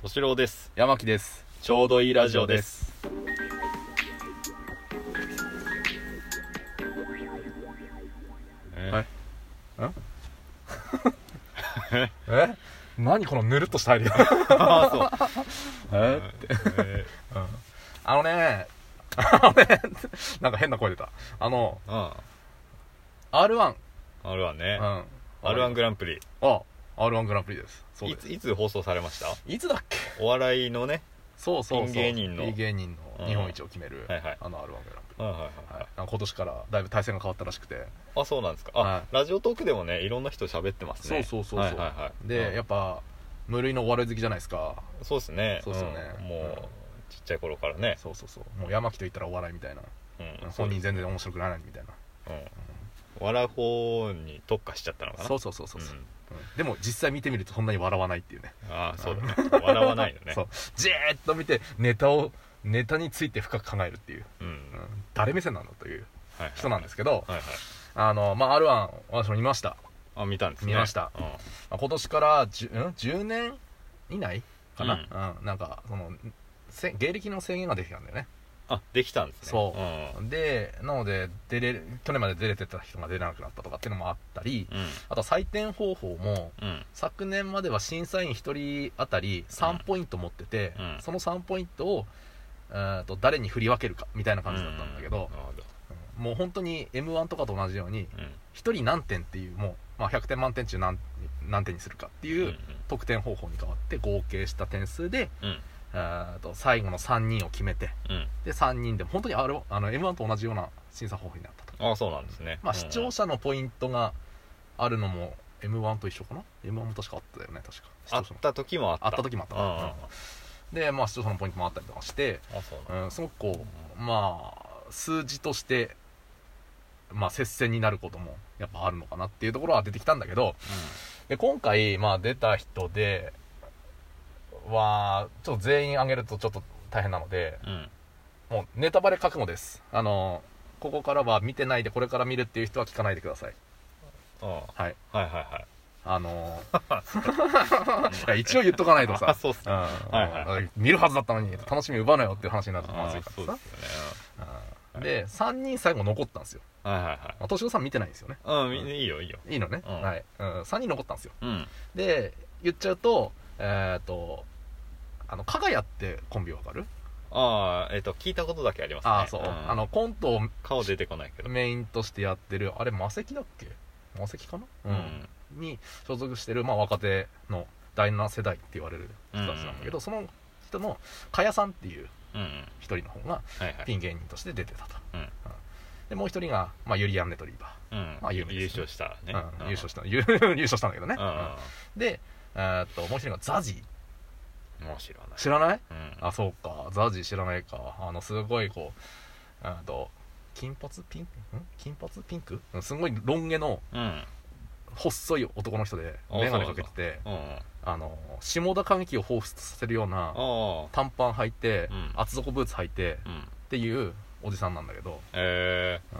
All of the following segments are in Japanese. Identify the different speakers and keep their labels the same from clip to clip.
Speaker 1: 敏郎です
Speaker 2: 山木です
Speaker 1: ちょうどいいラジオです
Speaker 2: はいえ何このぬるっとした入り
Speaker 1: ああそう
Speaker 2: え
Speaker 1: え
Speaker 2: あのねあのね なんか変な声出たあの
Speaker 1: ーうん
Speaker 2: R1
Speaker 1: R1 ね
Speaker 2: うん
Speaker 1: R1 グランプリ
Speaker 2: あ R1 グランプリですそう
Speaker 1: い
Speaker 2: です
Speaker 1: ついつ放送されました
Speaker 2: いつだっけ
Speaker 1: お笑いのね
Speaker 2: そうそうそ
Speaker 1: ピ
Speaker 2: う
Speaker 1: ン芸人の
Speaker 2: ピン芸人
Speaker 1: う
Speaker 2: の
Speaker 1: ん
Speaker 2: 日本一を決める
Speaker 1: はいはい
Speaker 2: あの R1 グランプ
Speaker 1: はいはいはい
Speaker 2: リはいなんか今年からだいぶ対戦が変わったらしくて
Speaker 1: あそうなんですかあ、
Speaker 2: は
Speaker 1: ラジオトークでもねいろんな人喋ってます
Speaker 2: そう
Speaker 1: ね
Speaker 2: そうそう
Speaker 1: は
Speaker 2: そ
Speaker 1: いはいは
Speaker 2: う
Speaker 1: い
Speaker 2: でや
Speaker 1: っ
Speaker 2: っぱ無類のお笑い好きじゃないですか
Speaker 1: ぱそうですね
Speaker 2: そうっすよね
Speaker 1: んもう、
Speaker 2: うん
Speaker 1: ちっちゃい頃からね、
Speaker 2: そうそうそうもう山木と言ったらお笑いみたいな
Speaker 1: うん、
Speaker 2: 本人全然面白くないみたいな
Speaker 1: うん笑う方に特化しちゃったのかな
Speaker 2: そううそうそうそうそう、
Speaker 1: ん
Speaker 2: うんでも実際見てみるとそんなに笑わないっていうね
Speaker 1: ああそうだね笑わないのね
Speaker 2: そうじーっと見てネタをネタについて深く考えるっていう、
Speaker 1: うん
Speaker 2: うん誰目線なんだという
Speaker 1: はいはい
Speaker 2: 人なんですけど、
Speaker 1: はいはい
Speaker 2: あのまあ R1 私も見ました、
Speaker 1: あ見たんですね
Speaker 2: 見ました
Speaker 1: うん
Speaker 2: まあ今年からじゅん 10, 年以内かな、うんなんかそのせ芸歴の制限ができたんだよね
Speaker 1: あできたんですね
Speaker 2: そう
Speaker 1: うん
Speaker 2: でなので出れ去年まで出れてた人が出れなくなったとかっていうのもあったり
Speaker 1: うん
Speaker 2: あとは採点方法も
Speaker 1: うん
Speaker 2: 昨年までは審査員1人当たり3ポイント持ってて、
Speaker 1: うん
Speaker 2: その3ポイントを、えー、と誰に振り分けるかみたいな感じだったんだけど
Speaker 1: う、なるほど
Speaker 2: もう本当に m 1とかと同じように
Speaker 1: うん
Speaker 2: 1人何点っていうもう、まあ、100点満点中何何点にするかって
Speaker 1: う
Speaker 2: い
Speaker 1: ん
Speaker 2: う得点方法に変わって合計した点数で、
Speaker 1: うん
Speaker 2: えー、と最後の3人を決めて
Speaker 1: うん
Speaker 2: で3人でも本当にあれあの m 1と同じような審査方法になったと、
Speaker 1: ああそうなんですね
Speaker 2: まあ、視聴者のポイントがあるのも m 1と一緒かな m 1も確かあったよね確か視
Speaker 1: あ
Speaker 2: 聴
Speaker 1: っ
Speaker 2: 者の
Speaker 1: た時もあった
Speaker 2: あった時もあった
Speaker 1: うんうんうん
Speaker 2: で、まあ、視聴者のポイントもあったりとかして、
Speaker 1: あそうなん
Speaker 2: うん、すごくこう、まあ、数字として、まあ、接戦になることもやっぱあるのかなっていうところは出てきたんだけど、で今回、まあ、出た人では、ちょっと全員上げるとちょっと大変なので、
Speaker 1: うんうん
Speaker 2: もうネタバレ覚悟です。あの、ここからは見てないで、これから見るっていう人は聞かないでください。
Speaker 1: ああ
Speaker 2: はい。
Speaker 1: はいはい
Speaker 2: あの
Speaker 1: はい
Speaker 2: いや一応言っとかないと
Speaker 1: あ
Speaker 2: さ、
Speaker 1: そうっす
Speaker 2: う
Speaker 1: ね
Speaker 2: ん
Speaker 1: はいはい
Speaker 2: 見るはずだったのに、楽しみ奪うなよっていう話になるとまずい
Speaker 1: ああ
Speaker 2: からさ。
Speaker 1: そうですよね
Speaker 2: うんで3人最後残ったんですよ
Speaker 1: うんはいはい
Speaker 2: まあ敏郎さん見てないんですよね
Speaker 1: はいうんいいよいいよ
Speaker 2: いいのね、
Speaker 1: うん
Speaker 2: はい、うん、3人残ったんですよ
Speaker 1: うん
Speaker 2: で言っちゃうとえっ、とあの加賀谷ってコンビわかる
Speaker 1: ああえっと聞いたことだけありますね
Speaker 2: ああそう、
Speaker 1: ん
Speaker 2: あのコントを
Speaker 1: 顔出てこないけど
Speaker 2: メインとしてやってるあれ魔石だっけ魔石かな、
Speaker 1: うん
Speaker 2: に所属してる、まあ、若手の第7世代って言われる人たちなんだけど、その人の加谷さんっていう
Speaker 1: うんうん
Speaker 2: 一人の方が
Speaker 1: はいはい
Speaker 2: ピン芸人として出てたと、
Speaker 1: うん
Speaker 2: でもう一人が、まあ、ユリアン・ネトリーバー
Speaker 1: うん
Speaker 2: まあ有名
Speaker 1: 優
Speaker 2: ですね
Speaker 1: 勝したね
Speaker 2: うん、優勝
Speaker 1: し
Speaker 2: した 優勝したんだけどね、
Speaker 1: うん
Speaker 2: うんでえーっともう一人がザジー
Speaker 1: もう知らない
Speaker 2: 知らない
Speaker 1: うん
Speaker 2: あそうかザジー知らないかあのすごいこうえーっと金髪ピンクん金髪ピンクうんすごいロン毛の
Speaker 1: うん
Speaker 2: 細い男の人で
Speaker 1: あ
Speaker 2: 眼鏡かけてて
Speaker 1: うんうん
Speaker 2: あの下田歌劇を彷彿とさせるよう
Speaker 1: あ
Speaker 2: な
Speaker 1: あ
Speaker 2: 短パン履いて、
Speaker 1: うん
Speaker 2: 厚底ブーツ履いて
Speaker 1: うん
Speaker 2: っていうおじさんなんだけど、
Speaker 1: えー
Speaker 2: う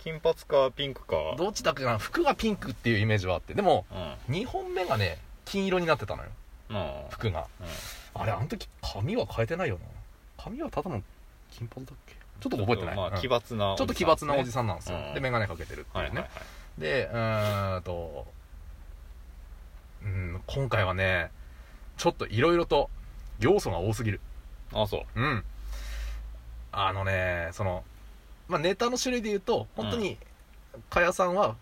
Speaker 1: 金髪かピンクか
Speaker 2: ん、どっちだっけな服がピンクっていうイメージはあってでも
Speaker 1: うん
Speaker 2: 2本目がね金色になってたのよ
Speaker 1: うん
Speaker 2: 服が
Speaker 1: うん
Speaker 2: あれあの時髪は変えてないよな髪はただの金髪だっけちょっと覚えてない、
Speaker 1: ま
Speaker 2: うん
Speaker 1: あ奇
Speaker 2: ち
Speaker 1: 抜なおじさん
Speaker 2: ょっと奇抜なおじさんなんですよ、
Speaker 1: うん
Speaker 2: で眼鏡かけてるっていう
Speaker 1: は
Speaker 2: ね、
Speaker 1: いはいはい
Speaker 2: でうーんとうん今回はねちょっといろいろと要素が多すぎる
Speaker 1: あそう
Speaker 2: うんあのねその、まあ、ネタの種類で言うと本当に加谷さんは、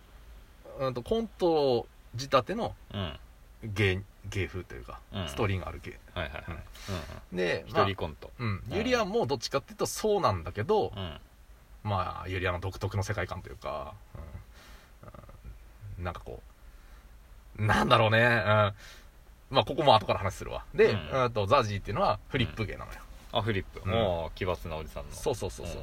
Speaker 2: うん、とコント仕立ての
Speaker 1: うんはい
Speaker 2: 芸芸風というか、
Speaker 1: うん
Speaker 2: ストーリーがある芸
Speaker 1: はいはい
Speaker 2: うん
Speaker 1: うん
Speaker 2: で、
Speaker 1: 一人コント
Speaker 2: うん、
Speaker 1: うん
Speaker 2: ユリアンもどっちかっていうとそうなんだけど、
Speaker 1: うん
Speaker 2: まあユリアンの独特の世界観というか、うんうんなんかこうなんだろうね、うん、まあここも後から話するわで、
Speaker 1: うん
Speaker 2: うん、とザジーっていうのはフリップ芸なのよ、
Speaker 1: あフリップ
Speaker 2: うん
Speaker 1: もう奇抜なおじさんの
Speaker 2: そうそうそうそ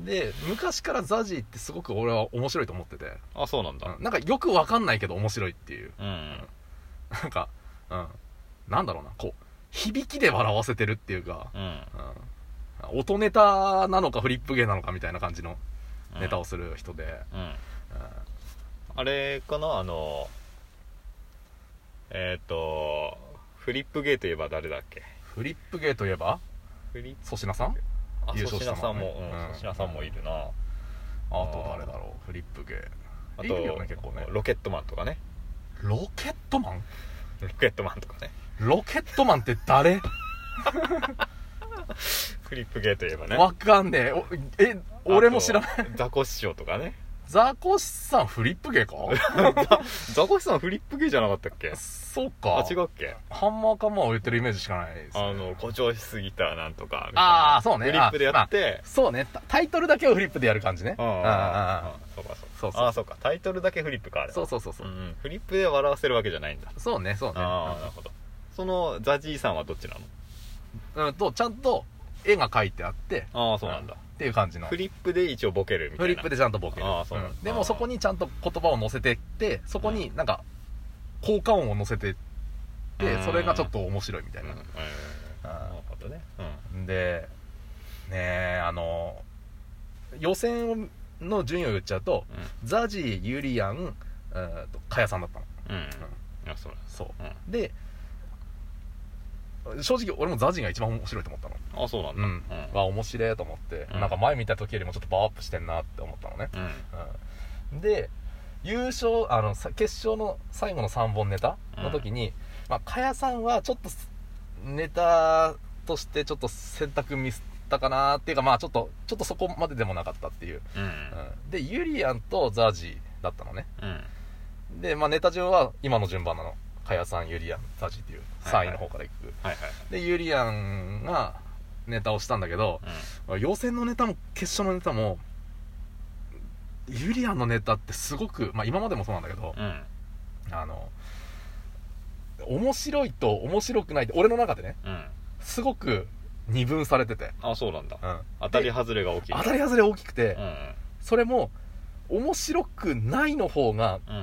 Speaker 2: う、
Speaker 1: ん
Speaker 2: で昔からザジーってすごく俺は面白いと思ってて、
Speaker 1: あそうなんだ
Speaker 2: うんなんかよくわかんないけど面白いっていう
Speaker 1: うん
Speaker 2: なんか、うん、なんだろうなこう響きで笑わせてるっていうか、
Speaker 1: うん
Speaker 2: うん、音ネタなのかフリップ芸なのかみたいな感じのネタをする人で、
Speaker 1: うん
Speaker 2: うん
Speaker 1: あれかなあのえっとフリップゲーといえば誰だっけ
Speaker 2: フリップゲーといえば
Speaker 1: フリップ
Speaker 2: 粗品さん
Speaker 1: あ
Speaker 2: 優
Speaker 1: 粗
Speaker 2: 勝した
Speaker 1: 品さんも
Speaker 2: もんね
Speaker 1: うん
Speaker 2: うん
Speaker 1: 粗品さんもいるな
Speaker 2: あと誰だろうフリップゲー
Speaker 1: あ
Speaker 2: いるよね結構ね
Speaker 1: ロケットマンとかね
Speaker 2: ロケットマン
Speaker 1: ロケットマンとかね
Speaker 2: ロケットマンって誰
Speaker 1: フリップゲーといえばね
Speaker 2: わかんねえおえ俺も知らない
Speaker 1: いザコシショウとかね
Speaker 2: ザコシさんフリップ ゲーか
Speaker 1: ザコシさんフリップゲーじゃなかったっけ
Speaker 2: そうか
Speaker 1: あ違うっけ
Speaker 2: ハンマーカンマーを言ってるイメージしかないです
Speaker 1: あの誇張しすぎたらなんとかみたいな
Speaker 2: あーそうね
Speaker 1: フリップでやって
Speaker 2: そうねタタイトルだけをフリップでやる感じね
Speaker 1: うんうんうんうん
Speaker 2: あ
Speaker 1: そうか
Speaker 2: そ
Speaker 1: そうう
Speaker 2: そう
Speaker 1: かあーそうかタイトルだけフリップかあれは
Speaker 2: そうそうそうそううん
Speaker 1: うんフリップで笑わせるわけじゃないんだ
Speaker 2: そうねそうね
Speaker 1: ああなるほどそのザジーさんはどっちなの
Speaker 2: うんとちゃんと絵が描いてあって
Speaker 1: ああそうなんだ
Speaker 2: っていう感じの
Speaker 1: フリップで一応ボケるみたいな
Speaker 2: フリップでちゃんとボケる
Speaker 1: あーそうなんだ
Speaker 2: んでもそこにちゃんと言葉を載せてってそこになんか効果音を載せてって
Speaker 1: うん
Speaker 2: それがちょっと面白いみたい
Speaker 1: うんうんうん
Speaker 2: あー
Speaker 1: なるほどねうん
Speaker 2: なでねえあの予選の順位を言っちゃうとザジーユリアンえーとカヤさんだったの
Speaker 1: うんうんあそうなんです
Speaker 2: そう
Speaker 1: うん
Speaker 2: で正直俺もザジーが一番面白いと思ったの
Speaker 1: あそうなんだ
Speaker 2: うん
Speaker 1: うん
Speaker 2: わ面白いと思って
Speaker 1: うん
Speaker 2: なんか前見た時よりもちょっとパワーアップしてんなって思ったのね
Speaker 1: うん
Speaker 2: うんで優勝あのさ決勝の最後の3本ネタの時に、まあ、加谷さんはちょっとすネタとしてちょっと選択ミスったかなっていうかまあちょっとちょっとそこまででもなかったっていう、
Speaker 1: うん
Speaker 2: うんでユリアンとザージーだったのね
Speaker 1: うん
Speaker 2: で、まあ、ネタ上は今の順番なの加谷さんユリアンザージーっていう3位の方からいく、
Speaker 1: はいはい
Speaker 2: でユリアンがネタをしたんだけど予選のネタも決勝のネタもユリアンのネタってすごく、まあ、今までもそうなんだけど
Speaker 1: う、んうん
Speaker 2: あの面白いと面白くないって俺の中でね
Speaker 1: うん
Speaker 2: すごく二分されてて、
Speaker 1: あそうなんだ
Speaker 2: うん
Speaker 1: 当たり外れが大きい
Speaker 2: 当たり外れ大きくて、
Speaker 1: うん
Speaker 2: それも面白くないの方が
Speaker 1: うんう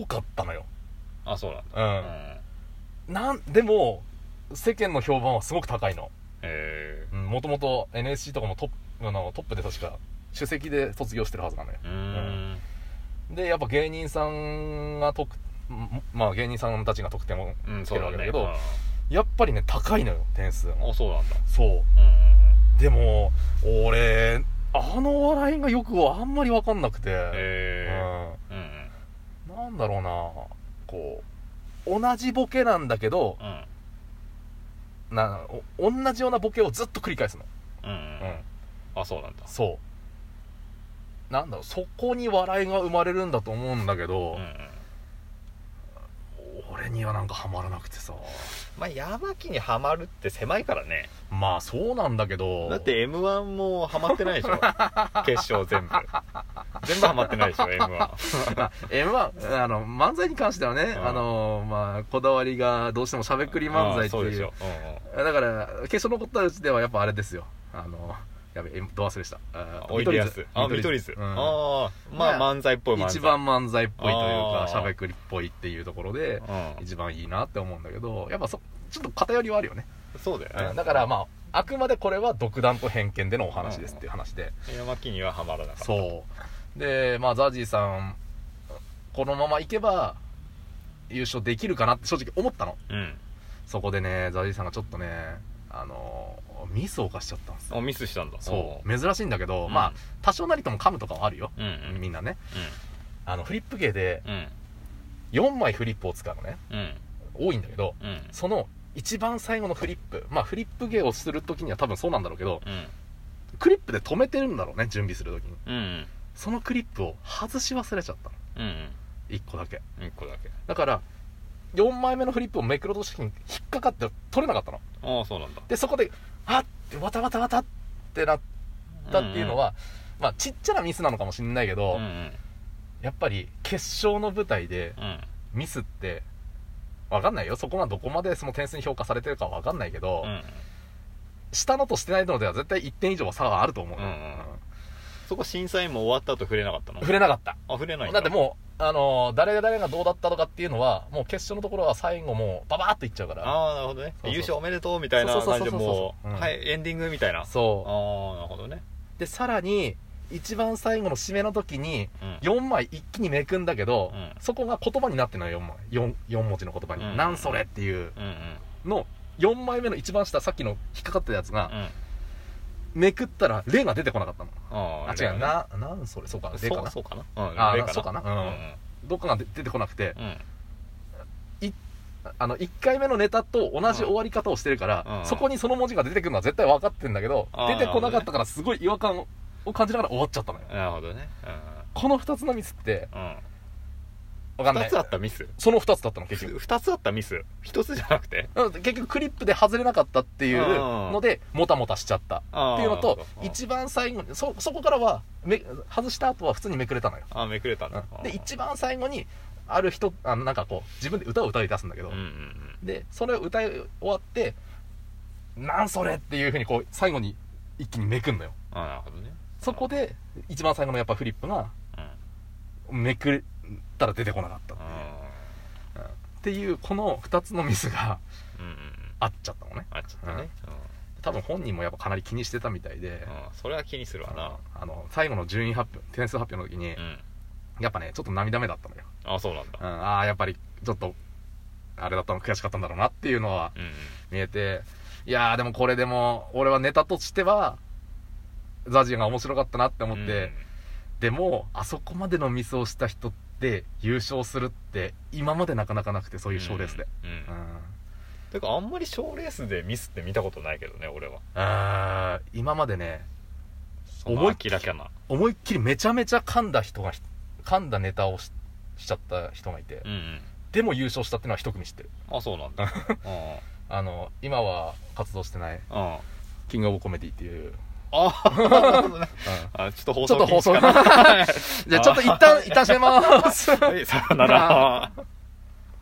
Speaker 1: ん
Speaker 2: 多かったのよ、
Speaker 1: あそうなんだ
Speaker 2: う
Speaker 1: うんん
Speaker 2: なんでも世間の評判はすごく高いの
Speaker 1: え
Speaker 2: もともと NSC とかもトップあのトップで確か首席で卒業してるはずなのよ
Speaker 1: ーうーん
Speaker 2: でやっぱ芸人さんが得んまあ芸人さんたちが得点を
Speaker 1: うん
Speaker 2: つ
Speaker 1: そ
Speaker 2: け
Speaker 1: うだ
Speaker 2: るわけだ
Speaker 1: ね
Speaker 2: け
Speaker 1: う
Speaker 2: ど、
Speaker 1: ん
Speaker 2: やっぱりね高いのよ点数も
Speaker 1: あそうなんだ
Speaker 2: そ
Speaker 1: うんうんうん
Speaker 2: うでも俺あのお笑いがよくあんまり分かんなくて、
Speaker 1: ええうんうん
Speaker 2: うん、なんだろうなこう同じボケなんだけど
Speaker 1: うん
Speaker 2: なお同じようなボケをずっと繰り返すの、
Speaker 1: うんうんうんあそうなんだ
Speaker 2: そうなんだろうそこに笑いが生まれるんだと思うんだけ
Speaker 1: う
Speaker 2: ど
Speaker 1: んう、ん
Speaker 2: 俺にはなんかハマらなくてさ
Speaker 1: まあヤマキにはまるって狭いからね
Speaker 2: まあそうなんだけど
Speaker 1: だって m 1もはまってないでしょ決勝全部全部はまってないでしょ m 1
Speaker 2: m 1あの漫才に関してはね、
Speaker 1: うん
Speaker 2: あのまあ、こだわりがどうしてもしゃべくり漫才って
Speaker 1: そうで
Speaker 2: い
Speaker 1: し
Speaker 2: う
Speaker 1: ょ、うんうん
Speaker 2: だから決勝残ったうちではやっぱあれですよあのやべえど忘れしたあ
Speaker 1: おいでやすあ見取り図、
Speaker 2: うん
Speaker 1: ああまあ
Speaker 2: まあ
Speaker 1: 漫才っぽい漫才
Speaker 2: 一番漫才っぽいというか
Speaker 1: あー
Speaker 2: しゃべくりっぽいっていうところで
Speaker 1: う
Speaker 2: 一番いいなって思うんだけどやっぱそちょっと偏りはあるよね、
Speaker 1: んそうだよね
Speaker 2: だからまああくまでこれは独断と偏見でのお話ですっていう話で、
Speaker 1: ヤマキにははまらなかった
Speaker 2: そうでまあザジーさんこのままいけば優勝できるかなって正直思ったの
Speaker 1: うん
Speaker 2: そこでねザジーさんがちょっとねあのミスを犯しちゃったんですよ
Speaker 1: あミスしたんだ
Speaker 2: そう珍しいんだけど、
Speaker 1: うん
Speaker 2: まあ多少なりとも噛むとかはあるよ、
Speaker 1: うんうん
Speaker 2: みんなねあのフリップ芸で
Speaker 1: うんうん
Speaker 2: 4枚フリップを使うのね
Speaker 1: うん
Speaker 2: 多いんだけど
Speaker 1: うん
Speaker 2: その一番最後のフリップまあフリップ芸をする時には多分そうなんだろうけど
Speaker 1: うん
Speaker 2: クリップで止めてるんだろうね準備する時に
Speaker 1: うん
Speaker 2: そのクリップを外し忘れちゃったの
Speaker 1: うんうん
Speaker 2: 1個だけ
Speaker 1: 1個だけ
Speaker 2: だから4枚目のフリップをめくろうとした時に引っかかって取れなかったの
Speaker 1: ああそうなんだ
Speaker 2: でそこであってわたわたわたってなったっていうのは、まあちっちゃなミスなのかもしれないけ
Speaker 1: うん
Speaker 2: ど、
Speaker 1: うんうん
Speaker 2: やっぱり決勝の舞台で
Speaker 1: うん
Speaker 2: ミスってわかんないよそこがどこまでその点数に評価されてるかわかんないけど、
Speaker 1: うん
Speaker 2: 下のとしてないのでは絶対1点以上は差があると思う、
Speaker 1: うんうんそこ審査員も終わった後触れなかったの
Speaker 2: 触れなかった
Speaker 1: あ触れないん
Speaker 2: だってもうあのー誰が誰がどうだったとかっていうのはもう決勝のところは最後もうババーっといっちゃうから
Speaker 1: ああなるほどね
Speaker 2: そうそう
Speaker 1: 優勝おめでとうみたいな
Speaker 2: そうそ
Speaker 1: 感
Speaker 2: う
Speaker 1: じ
Speaker 2: そうそう
Speaker 1: で
Speaker 2: そう
Speaker 1: も
Speaker 2: うん
Speaker 1: うはいエンディングみたいなあ
Speaker 2: そ
Speaker 1: あなるほどね
Speaker 2: うでさらに一番最後の締めの時に
Speaker 1: うん
Speaker 2: 4枚一気にめくんだけど、
Speaker 1: うん
Speaker 2: そこが言葉になってない4枚 4, 4文字の言葉に「
Speaker 1: うん
Speaker 2: なんそれ」っていう
Speaker 1: うんうん
Speaker 2: の4枚目の一番下さっきの引っかかってたやつが、
Speaker 1: うん
Speaker 2: めくったら「例が出てこなかったの
Speaker 1: あ
Speaker 2: あ違う
Speaker 1: な
Speaker 2: ななんそれそうか「例か
Speaker 1: そう
Speaker 2: な
Speaker 1: そうかなうん
Speaker 2: あ
Speaker 1: 例
Speaker 2: そうかなうんどっかが出出てこなくて
Speaker 1: うんうん
Speaker 2: あの1回目のネタと同じ終わり方をしてるから、
Speaker 1: うん
Speaker 2: そこにその文字が出てくるのは絶対分かってんだけど、
Speaker 1: あ
Speaker 2: 出
Speaker 1: ー
Speaker 2: てこなかったからすごい違和感を感じながら終わっちゃったのよ
Speaker 1: なるほどね
Speaker 2: この2つのミスって
Speaker 1: うんうん
Speaker 2: 分かんな
Speaker 1: 二
Speaker 2: い
Speaker 1: つあったミス
Speaker 2: その2つだったの結局
Speaker 1: 二つあったミス一つじゃなくて
Speaker 2: なので結局クリップで外れなかったっていうのでもたもたしちゃったっていうのと
Speaker 1: あー
Speaker 2: 一番最後にそそこからはめ外した後は普通にめくれたのよ
Speaker 1: あめくれたな
Speaker 2: で一番最後にある人あのなんかこう自分で歌を歌い出すんだけど、
Speaker 1: うんうんうん
Speaker 2: でそれを歌い終わって「なんそれ!」っていうふうにこう最後に一気にめくんのよ
Speaker 1: あなるほどね
Speaker 2: そこで一番最後のやっぱフリップが
Speaker 1: うん
Speaker 2: めくったら出てこなかったっていうこの2つのミスが
Speaker 1: うんうんうん
Speaker 2: あっちゃったのね
Speaker 1: あちょっとね
Speaker 2: 多分本人もやっぱかなり気にしてたみたいで
Speaker 1: う、んうんそれは気にするわな
Speaker 2: あの最後の順位発表点数発表の時に、
Speaker 1: うん
Speaker 2: やっぱねちょっと涙目だったのよ、
Speaker 1: あそうなん
Speaker 2: うん、
Speaker 1: だ
Speaker 2: ああやっぱりちょっとあれだったの悔しかったんだろうなっていうのは
Speaker 1: うんうん
Speaker 2: 見えていやーでもこれでも俺はネタとしてはザジーが面白かったなって思って、でもあそこまでのミスをした人って優勝するって今までなかなかなくてそううんいう賞レースで、
Speaker 1: うんうん
Speaker 2: うん
Speaker 1: てかあんまり賞レースでミスって見たことないけどね俺は
Speaker 2: あー今までね
Speaker 1: その
Speaker 2: 思いっ
Speaker 1: 明らかな
Speaker 2: 思いっきりめちゃめちゃ噛んだ人がひ噛んだネタをししちゃった人がいて、
Speaker 1: うんうん
Speaker 2: でも優勝したっていうのは一組知ってる
Speaker 1: あそう なんだうんうん
Speaker 2: あの今は活動してない
Speaker 1: あ
Speaker 2: キングオブコメディっていう、
Speaker 1: あ あちょっと放
Speaker 2: ちょ
Speaker 1: 送
Speaker 2: っと放 送
Speaker 1: 禁止かな
Speaker 2: じゃあちょっと一旦一旦閉めます
Speaker 1: はいさよなら